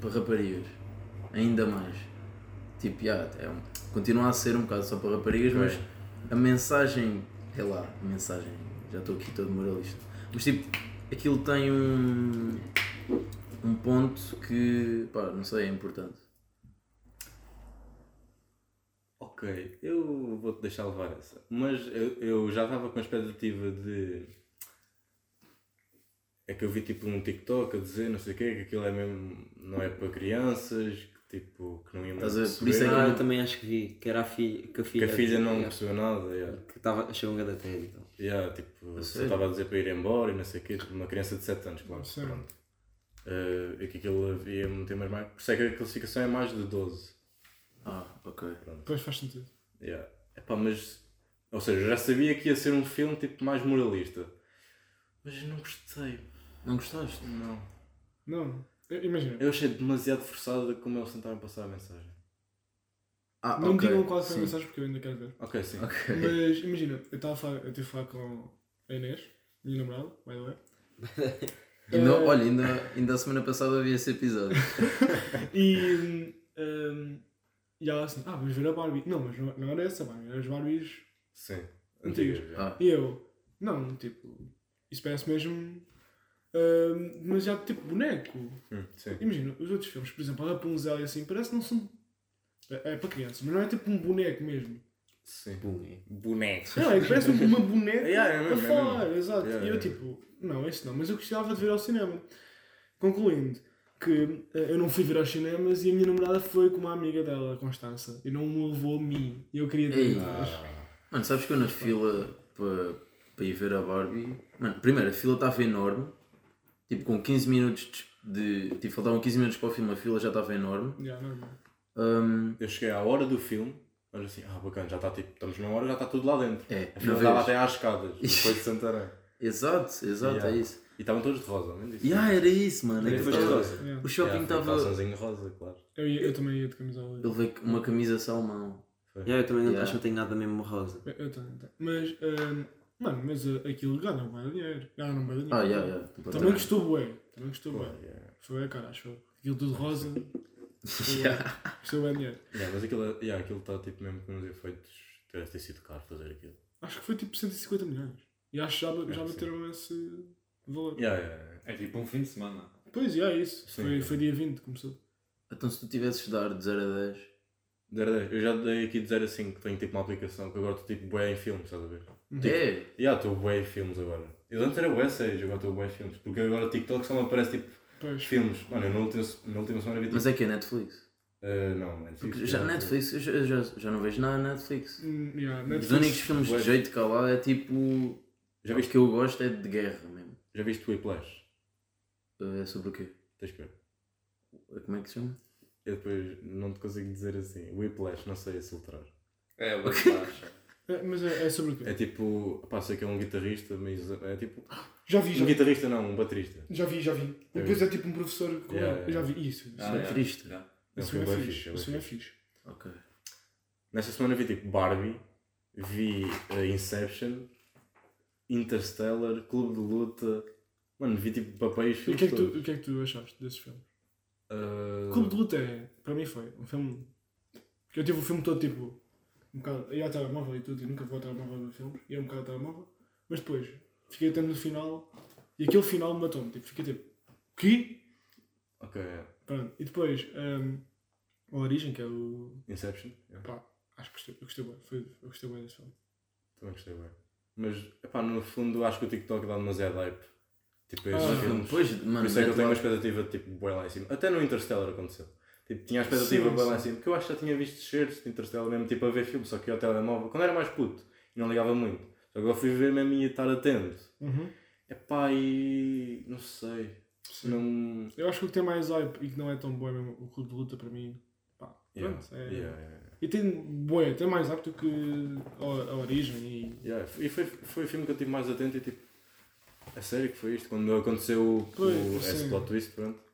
B: para raparigas. Ainda mais. Tipo, yeah, é um- continua a ser um bocado só para raparigas, mas
C: Ok.
B: a mensagem, sei lá, a mensagem, já estou aqui todo moralista, mas tipo, aquilo tem um, um ponto que, pá, não sei, é importante.
C: Ok, eu vou-te deixar levar essa. Mas eu, eu já estava com a expectativa de. É que eu vi tipo um TikTok a dizer não sei o quê, que aquilo é mesmo. não é para crianças, que tipo. que não ia
B: Estás
C: mais
B: a ver? Por isso é
C: perceber.
A: Ah, eu também acho que vi, que era a filha. Que a
C: Que
A: filha,
C: a filha não
A: Yeah.
C: percebeu nada, yeah.
A: Que estava, achei um ganda tédio. Então.
C: Yeah, tipo, só
B: sério?
C: estava a dizer para ir embora e não sei o quê, tipo, uma criança de 7 anos, claro.
D: Sim.
C: Pronto. Eh, e que aquilo havia um tema mais. Por isso é que a classificação é mais de 12.
B: Ah, ok.
D: Depois faz sentido.
C: Yeah. Epá, mas. Ou seja, eu já sabia que ia ser um filme tipo mais moralista. Mas eu não gostei.
B: Não gostaste?
C: Não.
D: Não, eu- imagina.
C: Eu achei demasiado forçado como eles tentaram passar a mensagem.
B: Ah,
D: Não me
B: ok,
D: digam qual foi a
B: sim.
D: mensagem porque eu ainda quero ver.
C: Ok, sim.
B: Ok.
D: Mas imagina, eu estava a falar, eu tive a falar com a Inês, minha namorada, by the way. Eh,
B: E não- olha, ainda, ainda a semana passada havia esse episódio.
D: E, hum, e ela assim, ah, vamos ver a Barbie. Não, mas não, não era essa Barbie, eram as Barbies.
C: Sim.
D: Antigas.
C: Antigas. já.
B: Ah,
D: E eu, não, tipo, isso parece mesmo hum, demasiado tipo boneco.
C: Hum, sim.
D: Imagina, os outros filmes, por exemplo, a Rapunzel e assim, parece que não são. É, é para crianças, mas não é tipo um boneco mesmo.
C: Sim.
A: Bune.
C: Boneco.
D: Não, é que parece uma boneca
C: Yeah, é mesmo,
D: a
C: é
D: falar, exato.
C: Yeah,
D: e eu
C: yeah.
D: tipo, não, isso não, mas eu gostava de ver ao cinema. Concluindo, que eh, eu não fui ver aos cinemas e a minha namorada foi com uma amiga dela, a Constança, e não me levou a mim. E eu queria
B: Ei.
D: ter.
B: Mano, sabes que eu na fila para pa ir ver a Barbie. Mano, primeiro, a fila estava enorme. Tipo, com 15 minutos de. de- Tipo, faltavam 15 minutos para o filme, a fila já estava enorme. Hum,
D: Yeah, normal.
B: Ahm,
C: Eu cheguei à hora do filme, mas assim, ah, bacana, já está tipo, estamos na hora, já está tudo lá dentro.
B: é,
C: A
B: não
C: fila estava
B: vês?
C: até às escadas, depois de Santarém.
B: Exato, exato,
C: Yeah.
B: é isso.
C: E estavam todos de rosa, não é disso?
B: E ah, era isso, mano. é
C: Era
B: que eu
C: todos de
B: tava-
C: rosa.
D: Yeah.
B: O shopping
C: Yeah, foi um
B: estava.
C: calçãozinho rosa, claro.
D: Eu, ia- eu também ia de camisola.
B: Ele veio com uma camisa salmão.
A: Yeah, eu também não
B: Yeah.
A: acho que não tenho nada mesmo rosa.
D: Eu, eu também, tenho. Mas, ehm, mano, mas eh, aquilo ganha um bem dinheiro. Ganha um bem dinheiro.
B: Ah, yeah, yeah.
D: Também
B: completamente.
D: gostou bué. Também gostou bué.
C: Yeah.
D: Gostou bué, cara, acho. eu. Aquilo tudo rosa. Gostou bué.
B: Yeah.
D: Gostou bué dinheiro.
C: Yeah, mas aquilo está yeah, aquilo tá, tipo mesmo com uns efeitos. Deve ter sido caro fazer aquilo.
D: Acho que foi tipo 150 milhões. E acho que já, ba- já
C: É, sim.
D: bateram esse valor.
C: Yeah, yeah, yeah.
E: É tipo um fim de semana.
D: Pois, é, é isso.
C: Sim.
D: Foi, foi dia 20 que começou.
B: Então, se tu tivesses de dar de 0 a 10,
C: Dera- Eu já dei aqui de 0 a 5, tenho tipo uma aplicação que agora estou tipo bué em filmes, estás a ver?
D: Tipo,
B: é.
C: E ah, estou bué em filmes agora. Eu antes era bué 6, agora estou bué em filmes. Porque agora o TikTok só me aparece tipo
D: Pois.
C: filmes. Mano, eu na última, na última semana vi tipo.
B: Mas é que é Netflix.
C: eh, não, Netflix.
B: Porque já
C: não.
B: Netflix, eu já, eu já, já não vejo nada na Netflix.
D: Hum, yeah,
B: Os
D: Netflix.
B: únicos filmes de
C: Ué.
B: jeito que há lá é tipo.
C: Já
B: Já
C: viste,
B: que eu gosto é de guerra mesmo.
C: já viste Whiplash?
B: É sobre o quê?
C: Tens que ver.
B: Como é que se chama?
C: Eu depois não te consigo dizer assim. Whiplash, não sei assultar.
E: É, o Backlash.
D: É, Mas é, é sobre o quê?
C: É tipo. Pá, sei que é um guitarrista, mas é tipo.
D: Já vi, já
C: Um
D: vi.
C: guitarrista não, um baterista.
D: Já vi, já vi. E depois é tipo um professor. Com
C: Yeah,
D: Eu já
C: yeah.
D: vi isso.
E: Ah,
D: Isso
B: Isso é
E: é.
B: triste.
E: Já.
C: Não,
D: Isso
C: foi
D: é
C: um bué
D: fixe.
C: fixe, bué
D: Isso é
C: fixe.
D: fixe.
B: Ok.
C: Nesta semana vi tipo Barbie, vi eh, Inception, Interstellar, Clube de Luta. Mano, vi tipo papéis
D: E o que, é que tu,
C: todos.
D: o que é que tu achaste desses filmes?
C: Eh,
D: Clube de Luta é, para mim foi, um filme. Porque eu tive o filme todo tipo. Um bocado. Ia ao telemóvel e tudo, e nunca vou ao telemóvel ver filmes. Ia um bocado ao telemóvel. Mas depois, fiquei até no final. E aquele final matou-me. Tipo, fiquei tipo. Que?
C: Ok, é.
D: Pronto. E depois, hum, a Origem, que é o.
C: Inception. é. yeah.
D: Pá, acho que gostei, eu gostei bem. Foi, eu gostei bem desse filme.
C: Também gostei bem. Mas, epá, no fundo acho que o TikTok dá demasiado hype. Tipo, esses
D: Ah,
C: filmes.
B: Depois,
C: Por
B: mano,
C: isso é que eu tenho uma
B: Netflix-
C: expectativa tipo bem lá em cima. Até no Interstellar aconteceu. Tipo, tinha a expectativa
D: Sim,
C: bem lá em
D: sim.
C: cima. Porque eu acho que já tinha visto cheiros de Interstellar mesmo, tipo a ver filme, só que ia ao telemóvel. Quando era mais puto, não ligava muito. Só que agora fui ver mesmo e ia estar atento. É pá, e. não sei. Não.
D: Eu acho que o que tem mais hype e que não é tão bom é mesmo o Clube de Luta para mim. Pá,
C: Yeah.
D: pronto. É...
C: Yeah, yeah,
D: E tem, bué, tem mais hype do que a, a Origem e.
C: yeah. E foi, foi o filme que eu estive mais atento e tipo. É sério que foi isto? Quando aconteceu o,
D: Pois,
C: o- esse
D: sim.
C: plot twist, pronto.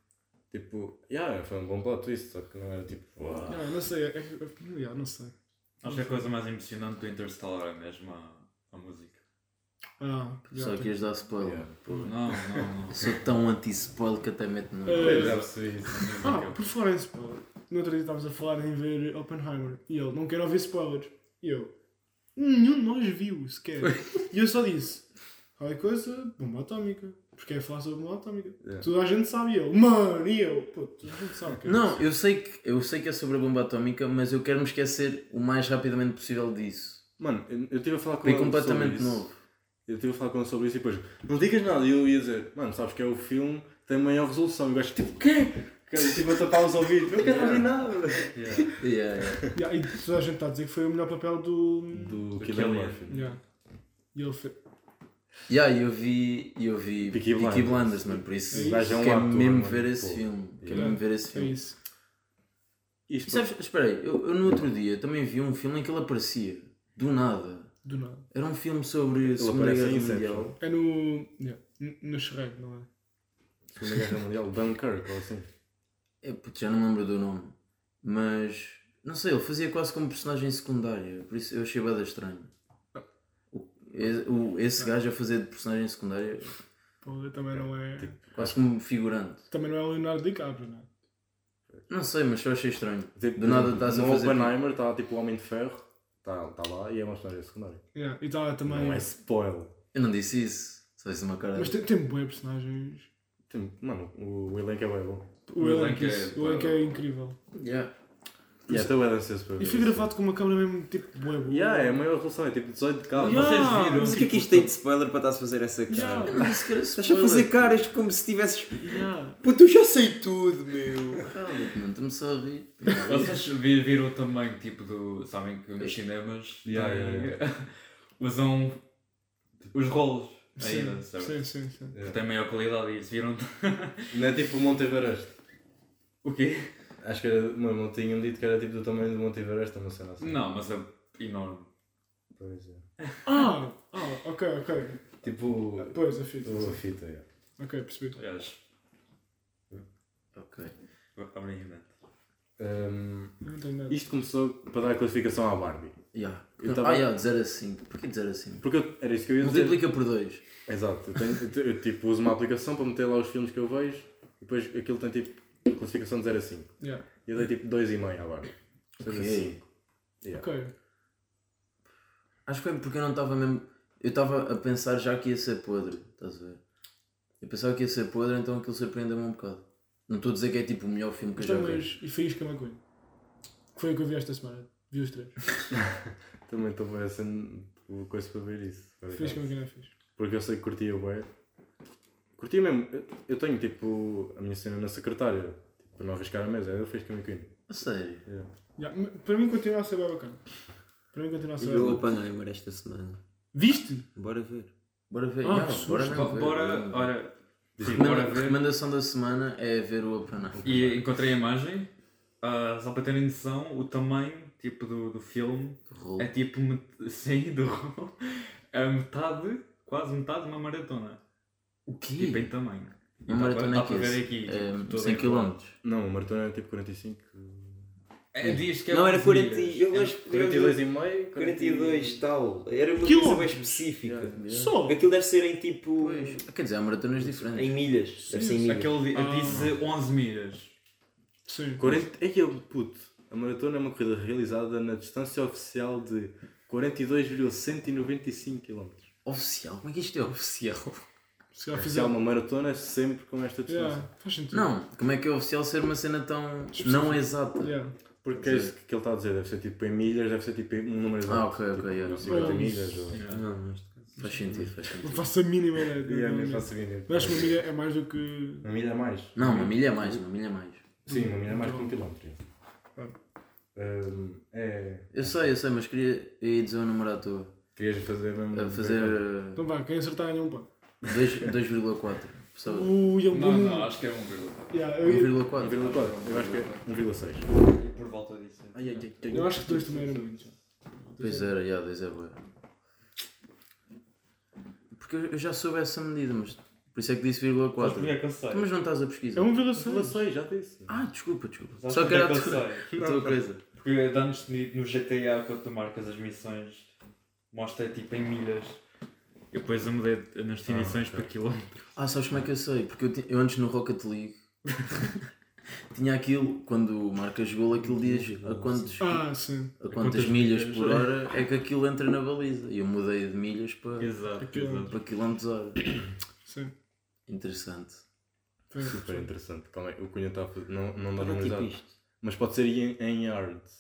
C: Tipo, yeah, foi um bom plot twist, só que não era tipo. uau.
D: Ah, não sei, é, é, é, yeah, não sei.
E: Acho que a coisa mais impressionante do Interstellar é mesmo a, a música.
D: Ah, já
B: Só
D: tem.
B: querias dar spoiler.
C: Yeah.
E: Não,
B: Porra.
E: não, não.
B: Eu sou tão anti-spoiler que até meto no.
D: Eh,
E: Pois, já percebi isso.
D: Ah, por falar em spoiler. No outro dia estávamos a falar em ver Oppenheimer e ele, não quero ouvir spoilers. E eu, nenhum de nós viu sequer. e eu só disse, qualquer coisa, bomba atómica. Porque é falar sobre bomba atómica.
C: Yeah.
D: Toda a gente sabe e eu, mano, e eu, pô, toda a gente sabe o que é
B: Não, eu sei, que, eu sei que é sobre a bomba atómica, mas eu quero me esquecer o mais rapidamente possível disso.
C: Mano, eu eu estive a falar com
B: Foi
C: ele sobre
B: completamente
C: isso.
B: novo.
C: Eu estive a falar com ele sobre isso e depois, não digas nada. E eu ia dizer, mano, sabes que é o filme que tem maior resolução. E o gajo, tipo, o quê? Cara, tipo, a tapar os ouvidos, não quero ouvir nada.
B: Yeah, yeah.
D: isso. Yeah, e toda a gente está a dizer que foi o melhor papel do.
C: Do Killian
E: Killian Murphy.
C: Murphy.
D: é. Yeah. E ele fez.
B: Yeah, eu vi, eu vi Peaky
C: Peaky Blinders.
B: Blinders, mano, por isso
D: Esse
C: gajo é um
B: quero
C: ator,
B: mesmo
C: mano,
B: ver esse
C: pô.
B: filme. Quero
C: Yeah.
B: mesmo ver esse
D: É
B: filme.
D: isso.
B: E
C: Isto,
B: sabes, espera aí, eu, eu no outro dia também vi um filme em que ele aparecia, do nada.
D: Do nada.
B: Era um filme sobre a Segunda
C: aparece em
B: Guerra
C: Inception.
B: Mundial.
D: É no. Yeah. n- No Shrek, não é?
C: Segunda Guerra Mundial, Dunkirk, ou assim.
B: É, puto, já não me lembro do nome. Mas, não sei, ele fazia quase como personagem secundária. Por isso eu achei bada estranho. O, e- o- esse gajo a fazer de personagem secundária,
D: Pô, também não é.
B: quase como figurante.
D: Também não é o Leonardo DiCaprio, não é?
B: Não sei, mas só achei estranho.
C: Tipo,
B: Do nada estás a
C: no
B: fazer.
C: Oppenheimer está tipo o Homem de Ferro, está tá lá e é uma história secundária.
D: Yeah. E está também.
C: Não é spoiler.
B: Eu não disse isso. Só isso uma cara.
D: Mas tem, tem boas personagens.
C: Tipo, Mano, o, o elenco é bem bom.
D: O elenco é,
E: elenco é-
D: o elenco é incrível.
B: Yeah.
C: Yeah, estou bem ansioso para ver.
D: E foi
C: isso.
D: gravado com uma câmera mesmo tipo bué boa.
C: Yeah, é a maior relação, é tipo 18 de cabo.
D: Yeah.
E: Vocês viram?
A: Mas o que é que isto tem de spoiler para estás a fazer essa cara?
D: Yeah,
B: Não, isso que era
A: Estás a
B: spoiler.
A: fazer caras como se tivesses.
D: yeah.
A: Puto, eu já sei tudo, meu.
B: Calma, mano, estamos só a rir.
E: Vocês vi- viram o tamanho tipo do. Sabem que nos cinemas
C: Yeah,
E: têm-
C: yeah,
E: usam os rolos É ainda,
D: Sim,
E: sabe?
D: sim, sim, sim.
E: Que Tem maior qualidade e isso. Viram
C: Não é tipo o Monte Everest.
E: o quê?
C: Acho que era, mano, não tinham dito que era tipo do tamanho do Monte Everest, ou não sei lá. assim.
E: Não, mas é enorme.
C: Pois é.
D: Ah, ah, ok, ok.
C: Tipo,
D: Pois, a fita.
C: a fita, yeah.
D: Ok, percebi.
E: Aliás,
B: Ok.
E: abrem a mente.
C: Hum,
D: Eu Não tenho nada.
C: isto começou para dar a classificação à Barbie.
B: Yeah.
C: Eu tava-
B: Ah, yeah, de 0 a 5. Porquê de 0 a 5?
C: Porque eu- era isso que eu ia dizer.
B: Multiplica por 2.
C: Exato. Eu, tenho- eu te- eu, tipo, uso uma aplicação para meter lá os filmes que eu vejo e depois aquilo tem tipo classificação de 0 a 5.
D: Yeah.
C: E eu dei tipo 2,5 à Barbie. Ou seja, assim.
B: Ok.
C: cinco.
D: Ok.
B: Acho que foi porque eu não estava mesmo. Eu estava a pensar já que ia ser podre, estás a ver? Eu pensava que ia ser podre, então aquilo surpreendeu-me um bocado. Não estou a dizer que é tipo o melhor filme que eu já
D: Então,
B: vi.
D: mas. E foi isca McQueen. Que foi o que eu vi esta semana. Vi os três.
C: Também estou a ver essa coisa para ver isso. por
D: Foi isca
C: acaso.
D: McQueen, não fiz.
C: Porque eu sei que curtia o bué. Curtia mesmo. Eu, eu tenho tipo a minha cena na secretária. Tipo, para não arriscar a mesa. Eu fiz com a McQueen.
B: A sério.
C: Yeah.
D: Yeah. m- Para mim continua a ser bem bacana. Para mim continua a ser bem
A: Eu
D: bacana.
A: Oppenheimer esta semana.
D: Viste?
A: Bora ver.
B: Bora ver.
D: Ah,
B: yeah,
D: que susto.
B: bora mesmo ver,
E: Bora,
B: ver.
E: olha. Sim,
B: Recomenda-
E: bora ver.
B: recomendação da semana é ver o Oppenheimer.
E: E encontrei a imagem. ah, só para terem noção, o tamanho tipo do, do filme
B: Rolo.
E: é tipo met- sim, do rolo. É metade, quase metade de uma maratona.
B: O
E: Tipo
B: quê?
E: em tamanho.
B: Uma maratona
E: dá
B: é que
E: para ver aqui.
B: é
E: tipo,
B: esse?
E: todo
B: É, 100
E: em quadro.
B: km.
C: Não, o maratona era tipo 45.
E: É, diz que é
A: Não, era
E: 11
A: 40.
E: dias.
A: Eu
E: É-
A: acho que.
C: 42,5?
A: 42 tal. Era uma
D: Quilómetros.
A: coisa mais específica.
C: Yeah.
D: Só!
A: Aquilo deve ser em tipo.
B: Pois. Ah, Quer dizer, há maratonas diferentes.
A: Em milhas. Deve ser em milhas.
E: Aquele
D: Ah.
E: di- disse 11 milhas.
D: Sim.
C: 40... É que eu, puto. A maratona é uma corrida realizada na distância oficial de 42,195 km.
B: Oficial? Como é que isto é oficial?
D: Se calhar
C: Oficial,
D: fizeram.
C: uma maratona é sempre com esta distância.
D: um- Yeah, faz sentido.
B: Não. Como é que é oficial ser uma cena tão não exata?
D: Yeah.
C: Porque é isso que ele está a dizer. Deve ser tipo em milhas, deve ser tipo em um número exato.
B: Ah, ok, ok,
C: Tipo,
B: yeah.
C: 50
D: Ah,
C: milhas. Ou...
A: Não, mas.
B: Faz sentido, faz sentido.
D: Não faço a mínima ideia. do-
C: Yeah,
D: do-
C: nem faço ideia.
D: Eu Acho que uma milha é mais do que.
C: Uma milha a mais.
B: Não, uma milha é mais, uma milha é mais.
C: Sim, uma milha a mais que um
D: Muito
C: quilómetro.
D: Ah.
C: Hum, é.
B: Eu sei, eu sei, mas queria eu ia dizer um número à toa.
C: Querias fazer mesmo. um
B: A fazer
D: Então vá, quem acertar ganha um ponto.
B: eh, dois- 2,4.
C: Tá.
B: Pessoal,
D: Ui, é um bom
E: Não, não,
D: número.
E: acho que é um vírgula.
D: Yeah, eu, ia-
B: 1,4.
C: 1,4. Eu acho que é 1,6.
E: E por volta disso.
D: eu acho que dois também era muito.
B: Pois era, já, dois é boa. Porque eu eu já soube essa medida, mas por isso é que disse
E: Mas
B: 1,4.
E: porquê é que eu sei?
B: Tu, Mas não estás a
D: É
B: pesquisar.
D: 1,6.
C: 1,6, já disse.
B: Ah, desculpa, desculpa.
E: Sabes
B: Só que
E: porquê é
B: era a
E: que eu
B: tua,
E: sei?
B: a tua coisa.
E: Porque dá-nos de- no GTA quando tu marcas as missões, mostra tipo em milhas. E depois eu mudei nas definições para quilómetro.
B: Ah, sabes como é que eu sei? Porque eu, ti- eu antes no Rocket League tinha aquilo, quando marcas gol, aquilo diz a quantos, a
D: Ah, sim.
B: quantas milhas por hora é que aquilo entra na baliza. E eu mudei de milhas para,
E: Exato, exato.
B: para quilómetros hora.
D: Sim.
B: Interessante.
D: Foi.
C: Super interessante. Calma aí, o Cunha está a fazer. Não, não
B: Tá
C: dá
A: Era tipo
C: nomeado.
A: isto.
C: Mas pode ser em, em yards.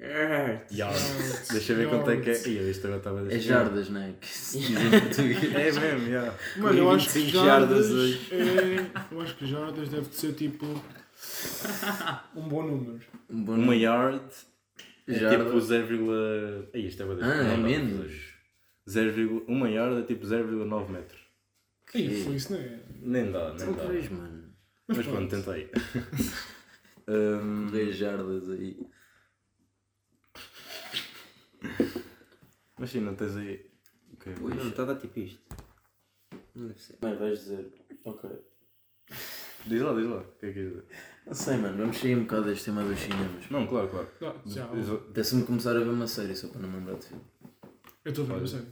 A: Ah,
C: Yards. Deixa eu ver quanto é que é. Ih, isto agora estava
B: É
C: a dizer-
B: jardas, não é? Que se diz em português.
C: É mesmo, já.
D: Mano, eu acho que
A: 25
D: jardas.
A: jardas hoje.
D: é- Eu acho que jardas deve de ser tipo. Um bom número.
B: Um bom
C: Uma
B: nome.
C: yard é
B: Jarda.
C: tipo 0, Ih, isto é para dizer.
B: Ah, é
C: Não dá.
B: menos.
C: 0,1 uma yard é tipo 0,9 metros.
D: Aí foi isso, não é?
C: Nem dá, nem dá.
B: Talvez, mano.
C: Mas pronto, tentei. Hum,
B: Dez Um jardas aí.
C: mas sim, não tens aí. Ok.
A: Não, está a dar tipo isto. Não deve ser.
B: Mano, vais dizer. Ok.
C: Diz lá, diz lá. O que é que é?
B: Não sei, mano. Vamos sair um bocado deste tema dos cinemas.
C: Não, claro, claro.
D: Não, já.
C: Diz lá.
B: Até-se-me começar a ver uma série só para não me lembrar de filme.
D: Eu estou a ver, não sei.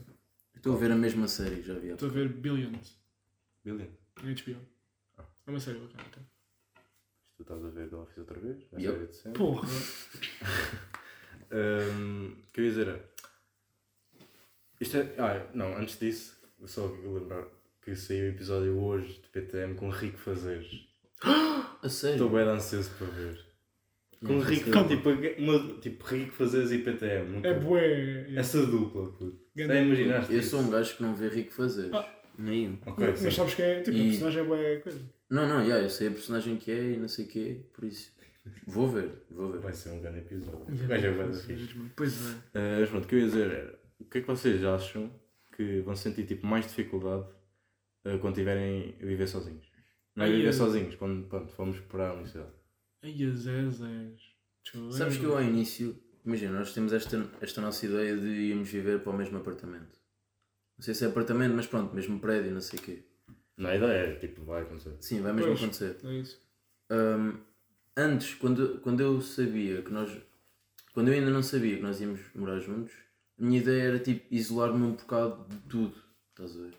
B: Estou a ver a mesma série que já vi. há
D: Estou a ver Billions.
C: Billion,
D: Na HBO. É uma série bacana. até.
C: tu estás a ver The Office outra vez? Na
B: Yup.
C: série de sempre.
D: Porra.
C: Hum, O que eu ia dizer é. Isto é. Ah, não, antes disso, só lembrar que saiu o episódio hoje de PTM com o Rico Fazeres.
B: A sério?
C: Estou bem ansioso para ver.
F: Com o
C: é
F: Rico,
D: Calma.
F: tipo, uma, tipo, Rico fazer as IPTM. nunca-
D: É bué. é.
F: Essa dupla, puto.
D: Ganda-
F: Já imaginaste?
B: Eu
F: isso?
B: sou um gajo que não vê rico fazer.
C: Ah.
A: Nem um. eu.
F: Ok,
D: Mas
F: sim.
D: mas sabes que é. Tipo,
B: E-
D: o personagem é bué coisa.
B: Não, não, yeah, eu sei a personagem que é e não sei o que é, por isso. Vou ver, vou ver.
F: Vai ser um grande episódio. Vai
B: é
F: jogar da fixe.
D: é Pois é.
C: Ah, mas pronto, o que eu ia dizer era: o que é que vocês acham que vão sentir tipo, mais dificuldade ah, quando tiverem a viver sozinhos? Não é
D: Ai,
C: viver
D: eu-
C: sozinhos, quando pronto, fomos para a universidade.
D: Ai, é as zezes.
B: Sabes que eu ao início, imagina, nós temos esta, esta nossa ideia de íamos viver para o mesmo apartamento. Não sei se é apartamento, mas pronto, mesmo prédio, não sei o quê.
C: Na ideia é tipo, vai acontecer.
B: Sim, vai mesmo
D: Pois.
B: acontecer.
D: É isso.
B: Hum, antes, quando, quando eu sabia que nós. Quando eu ainda não sabia que nós íamos morar juntos, a minha ideia era tipo isolar-me um bocado de tudo. Estás a ver?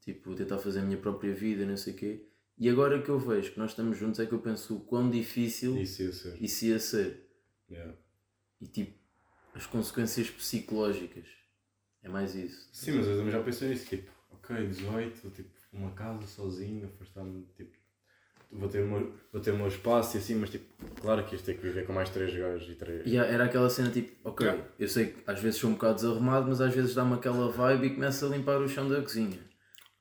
B: Tipo, tentar fazer a minha própria vida, não sei o quê. E agora que eu vejo que nós estamos juntos é que eu penso o quão difícil isso,
F: Isso ia ser.
B: ia ser.
F: Yeah.
B: E tipo, as consequências psicológicas. É mais isso.
F: Sim, mas eu também já pensei nisso, tipo, ok, 18, tipo, uma casa sozinho, afastar-me, tipo, vou ter, o meu, vou ter o meu espaço e assim, mas tipo, claro que isto ter que viver com mais três gajos e três.
B: E era aquela cena tipo, ok, eu sei que às vezes sou um bocado desarrumado, mas às vezes dá-me aquela vibe e começo a limpar o chão da cozinha.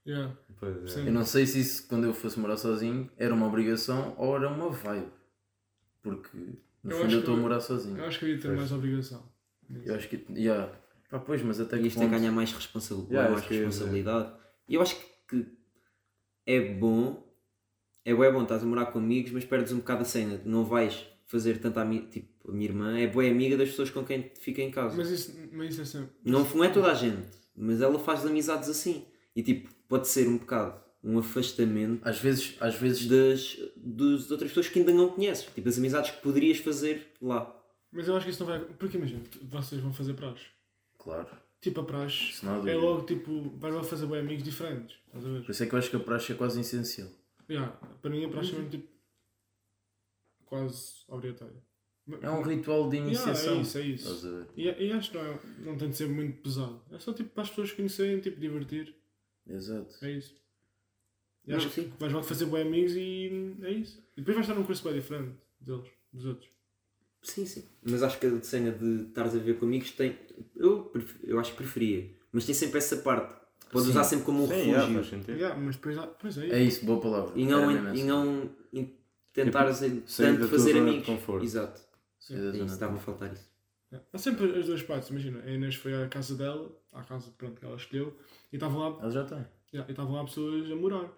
D: Yeah.
C: Pois é.
D: Sim.
B: Eu não sei se isso, quando eu fosse morar sozinho, era uma obrigação ou era uma vibe. Porque, no
D: Eu
B: fundo,
D: acho
B: eu estou a
D: que-
B: morar sozinho.
D: Eu acho que eu ia ter mais obrigação.
B: Eu acho que. Yeah. Pá, pois, mas até que.
A: Isto é
B: ponto-
A: ganhar mais responsabilidade.
C: Yeah,
A: mais
C: isso que eu ia dizer.
A: responsabilidade. E eu acho que é bom. É bué bom, estás a morar com amigos, mas perdes um bocado a cena. Não vais fazer tanta amiga. Tipo, a minha irmã é boa amiga das pessoas com quem fica em casa.
D: Mas isso, mas isso é sempre.
A: Não, não é toda a gente, mas ela faz amizades assim. E tipo, pode ser um bocado um afastamento
B: Às vezes, às vezes.
A: das, dos outras pessoas que ainda não conheces. Tipo, as amizades que poderias fazer lá.
D: Mas eu acho que isso não vai. Porque imagina, vocês vão fazer praxe.
B: Claro.
D: Tipo, a praxe
B: Isso não há
D: é
B: dúvida.
D: logo tipo. Vais logo fazer bem amigos diferentes. Estás a ver?
B: Por isso é que eu acho que a praxe é quase essencial.
D: Yeah, para mim é praticamente tipo. quase obrigatório.
B: É um ritual de
D: Yeah,
B: iniciação.
D: é isso, é isso.
B: Estás a ver?
D: E, e acho que não, é- não tem de ser muito pesado. É só tipo para as pessoas conhecerem, tipo, divertir.
B: Exato.
D: É isso. E
A: Não,
D: acho que
A: sim.
D: vais logo fazer bem amigos e é isso. E depois vais estar num curso bem diferente deles, dos outros.
A: Sim, sim. Mas acho que a cena de estares a ver com amigos tem. Eu, pref- eu acho que preferia. Mas tem sempre essa parte. Podes
B: Sim.
A: usar sempre como um
C: Sim, é, yeah, faz
A: refúgio.
F: É.
C: sentido.
D: Yeah, mas depois há, pois é,
B: É
D: isso.
B: isso, boa palavra.
A: E
B: Era
A: não,
B: mesmo
A: e
B: essa.
A: não em tentares
C: Tipo, sair da
A: tanto
C: tua
A: fazer
C: zona de
A: amigos.
C: conforto.
A: Exato.
B: Sair da
A: É isso,
B: zona de
A: estava a faltar isso.
D: Yeah. Há sempre as duas partes, imagina. A Inês foi à casa dela, à casa pronto, que ela escolheu, e estavam lá,
B: Ela já está.
D: yeah, e estavam lá pessoas a morar.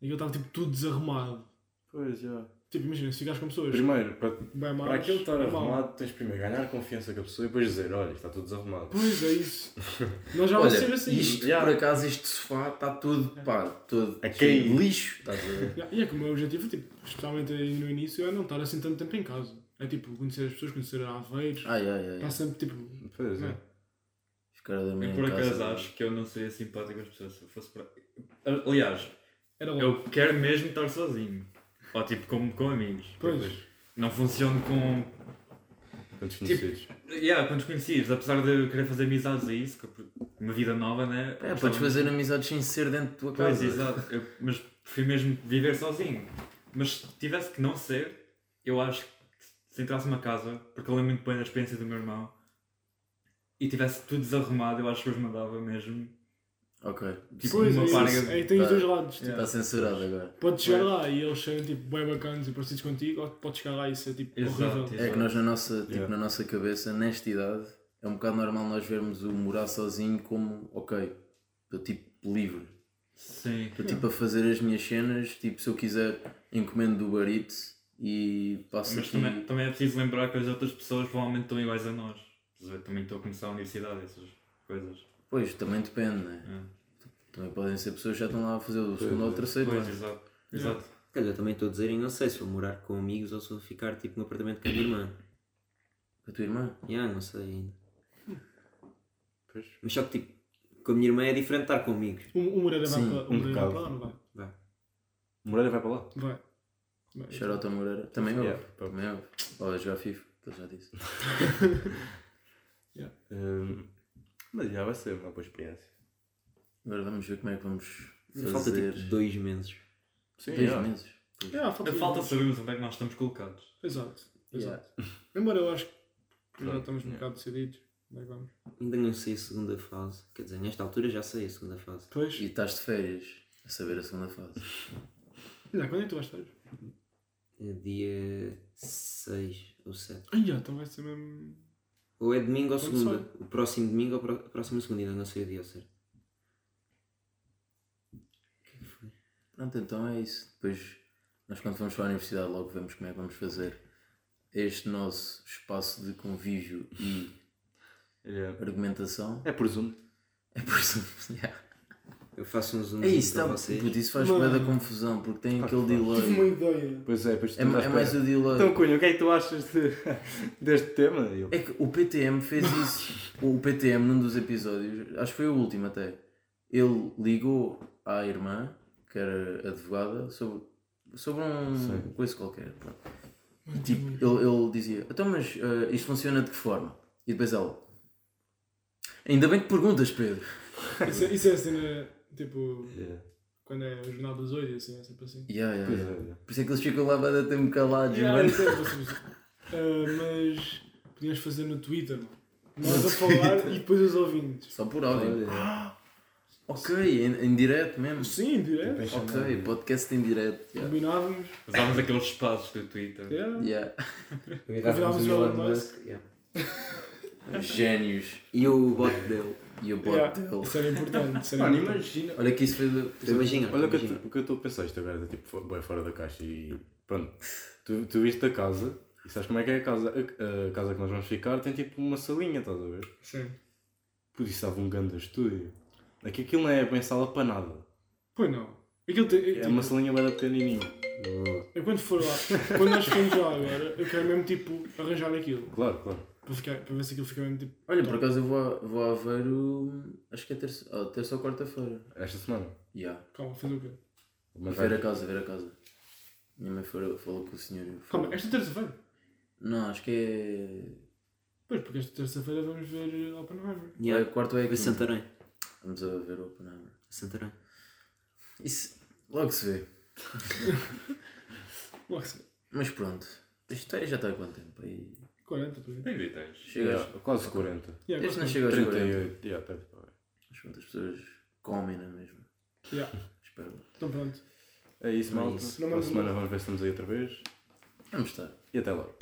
D: E eu estava tipo tudo desarrumado.
C: Pois já.
D: Tipo, imagina, se ficares com pessoas
C: Primeiro, para,
D: bem mais.
F: Para aquilo estar
D: é mau.
F: arrumado, tens primeiro ganhar confiança com a pessoa e depois dizer, olha, isto está tudo desarrumado.
D: Pois é isso. Nós já vamos ser
B: Olha,
D: assim.
B: isto,
F: Yeah.
B: por acaso, este sofá está todo, pá, todo
F: A cair.
B: cheio de lixo. Estás a ver?
D: Yeah, E é que o meu objetivo, tipo, especialmente aí no início, é não estar assim tanto tempo em casa. É tipo, conhecer as pessoas, conhecer a Aveiros.
B: Ai, ai, ai.
D: Está sempre tipo.
C: pois é.
D: Não.
B: Ficar a dormir
E: Eu
B: em
E: por
B: casa.
E: acaso acho que eu não seria simpático às pessoas se eu fosse para. Aliás,
D: Era logo.
E: eu quero mesmo estar sozinho. Ou tipo com, com amigos.
D: Pois.
E: Porque Não funciono com.
C: Quantos conhecidos?
E: Yeah, com desconhecidos. Apesar de eu querer fazer amizades a isso, que eu- uma vida nova, né?
B: É,
E: Gostava
B: podes
E: muito-
B: fazer amizades sem ser dentro da tua
E: Pois,
B: casa.
E: exato. Eu- mas prefiro mesmo viver sozinho. Mas se tivesse que não ser, eu acho que se entrasse numa casa, porque eu lembro muito bem da experiência do meu irmão, e tivesse tudo desarrumado, eu acho que os mandava mesmo.
B: Ok.
E: Tipo,
D: Pois é,
E: uma
D: isso.
E: parga.
D: Aí tem os
B: Ah,
D: dois lados. Tipo,
E: yeah.
B: Está censurado agora.
D: Podes chegar lá e eles serem tipo bem bacanas e parecidos contigo, ou podes chegar lá e ser tipo
E: Exato,
D: horrível.
B: É que nós na nossa, tipo,
C: Yeah.
B: na nossa cabeça, nesta idade, é um bocado normal nós vermos o morar sozinho como, ok, estou tipo livre.
E: Sim.
B: Estou tipo a fazer as minhas cenas, tipo se eu quiser encomendo do Uber Eats e passo
E: Mas
B: aqui.
E: também, também é preciso lembrar que as outras pessoas provavelmente estão iguais a nós. Estás a ver? Também estou a começar a universidade, essas coisas. É.
B: Pois, também depende, né?
E: Yeah.
B: Também podem ser pessoas que já estão lá a fazer o segundo ou o terceiro é?
E: Pois,
B: ano.
E: exato. Exato.
A: Calhar também estou a dizer, e não sei se vou morar com amigos ou se vou ficar tipo num apartamento com a minha irmã.
B: Com a tua irmã?
A: Yeah, não sei ainda.
C: Pois.
A: Mas só que tipo, com a minha irmã é diferente estar com amigos.
D: O o Moreira vai
B: Sim,
D: para lá. O
C: um
D: Moreira vai
C: bocado.
D: para lá, não vai?
C: Moreira vai para lá.
D: Vai. Vai. então.
B: Charota Moreira? Também eu.
C: Yeah.
B: Também eu. Ou a jogar FIFA, que eu já disse.
C: Hum, mas já vai ser uma boa experiência.
B: Agora vamos ver como é que vamos fazer.
A: Falta tipo dois meses.
C: Sim,
B: Dois meses.
D: Yeah, Ah, falta
E: Falta sabermos onde é que nós estamos colocados.
D: Exato. Exato. Embora eu acho que já
B: Claro,
D: estamos um
B: yeah.
D: bocado decididos. Como é que vamos?
A: Ainda não sei a segunda fase. Quer dizer, nesta altura já sei a segunda fase.
D: Pois.
B: E estás de férias, a saber a segunda fase.
D: Não, quando é que tu vais estar?
A: É dia 6 ou 7.
D: Ai, já, então vai ser mesmo.
A: Ou é domingo ou
D: Quando
A: segunda. O próximo domingo ou pro- a próxima segunda. Ainda não sei o dia certo.
B: Pronto, então é isso. Depois, nós quando vamos para a universidade, logo vemos como é que vamos fazer este nosso espaço de convívio e
C: É,
B: argumentação.
C: é presunto.
B: É por isso. yeah.
A: Eu faço um zoom
B: É isso,
A: para
B: tá,
A: vocês.
B: puto, isso faz
D: Mano.
B: bué da confusão, porque tem
C: Faz
B: aquele
C: confusão.
D: Tive uma
B: delay.
D: ideia.
C: Pois é, depois tu
B: É,
C: estás
B: é mais
C: para-
B: o delay.
C: Então, Cunha, o que é que tu achas de- deste tema? E eu,
B: É que o PTM fez isso. O PTM, num dos episódios, acho que foi o último até. Ele ligou à irmã, que era advogada, sobre, sobre um
C: Sim.
B: coisa qualquer. pronto. E, tipo, ele, ele dizia: Então, mas eh, isto funciona de que forma? E depois ela: Ainda bem que perguntas, Pedro.
D: Isso, é- isso é a cena, tipo,
F: Yeah.
D: quando é o Jornal das Oito, assim, é sempre assim.
B: Yeah, yeah,
F: Pois
B: yeah.
F: é, yeah.
B: Por isso é que eles ficam lá a ter-me calados,
D: Yeah,
B: mano.
D: é sempre assim. Ah, mas podias fazer no Twitter, mano. Nós a falar e depois os ouvintes.
B: Só por áudio.
F: Olha,
B: Ok, em, em direto mesmo.
D: Sim, direto.
F: deixa
B: Ok, podcast em direto. Yeah.
D: Combinávamos.
E: Usávamos aqueles espaços do Twitter.
D: Yeah.
B: Yeah.
D: Convidávamos o um Elon Musk.
B: Gênios.
A: E o bot dele.
B: E o
D: Yeah.
B: bot dele.
D: Isso era importante. Isso era
F: Mano,
D: importante.
F: imagina.
B: Olha que isso foi do...
A: Imagina.
F: Olha o que eu
A: imagina.
F: tu- o que eu estou a pensar isto agora, tipo, fo- bué fora da caixa e pronto, tu, tu viste a casa e sabes como é que é a casa, a, a casa que nós vamos ficar tem tipo uma salinha, estás a ver?
D: Sim.
F: Por isso estava um grande estúdio. Aqui aquilo não é bem sala para nada,
D: Pois não. Aquilo tem,
F: é
D: tipo,
F: uma salinha bem pequenininha,
D: Eu quando for lá, quando nós formos lá agora, eu quero mesmo tipo arranjar aquilo.
F: claro, claro.
D: Para, ficar, para ver se aquilo fica mesmo tipo.
B: Olha, por acaso eu vou a, vou a Aveiro, acho que é terça, ah, terça ou quarta-feira.
F: Esta semana.
B: Yeah.
D: Calma, fazer o quê?
F: Mas
B: ver
F: vai-
B: a casa, ver a casa. Minha mãe falou, falou com o senhor. falou-
D: Calma, esta terça-feira.
B: Não, acho que é...
D: Pois, porque esta terça-feira vamos ver eh, Oppenheimer.
B: é
A: Yeah.
B: quarto ou é
A: Foi
B: quinta.
A: Santarém.
B: Vamos a ver o Oppenheimer.
A: Santarém.
B: Isso, logo se vê.
D: Logo se
B: Mas pronto, isto aí já está há quanto tempo? Aí...
D: 40, por aí.
E: Nem vi, tens.
B: Chegas...
F: Yeah, quase 40.
D: Yeah,
B: Este não
D: agora-
B: chega aos 40.
F: 38, yeah, tá, tá, tá.
B: Mas pronto, as pessoas comem, não é mesmo?
D: Yeah.
B: Espero.
D: Então pronto.
F: É isso,
A: Não é
F: malta.
A: isso.
D: Não
F: Para a
D: mando-
F: semana vamos ver se estamos aí outra vez
B: Vamos estar.
F: e até logo.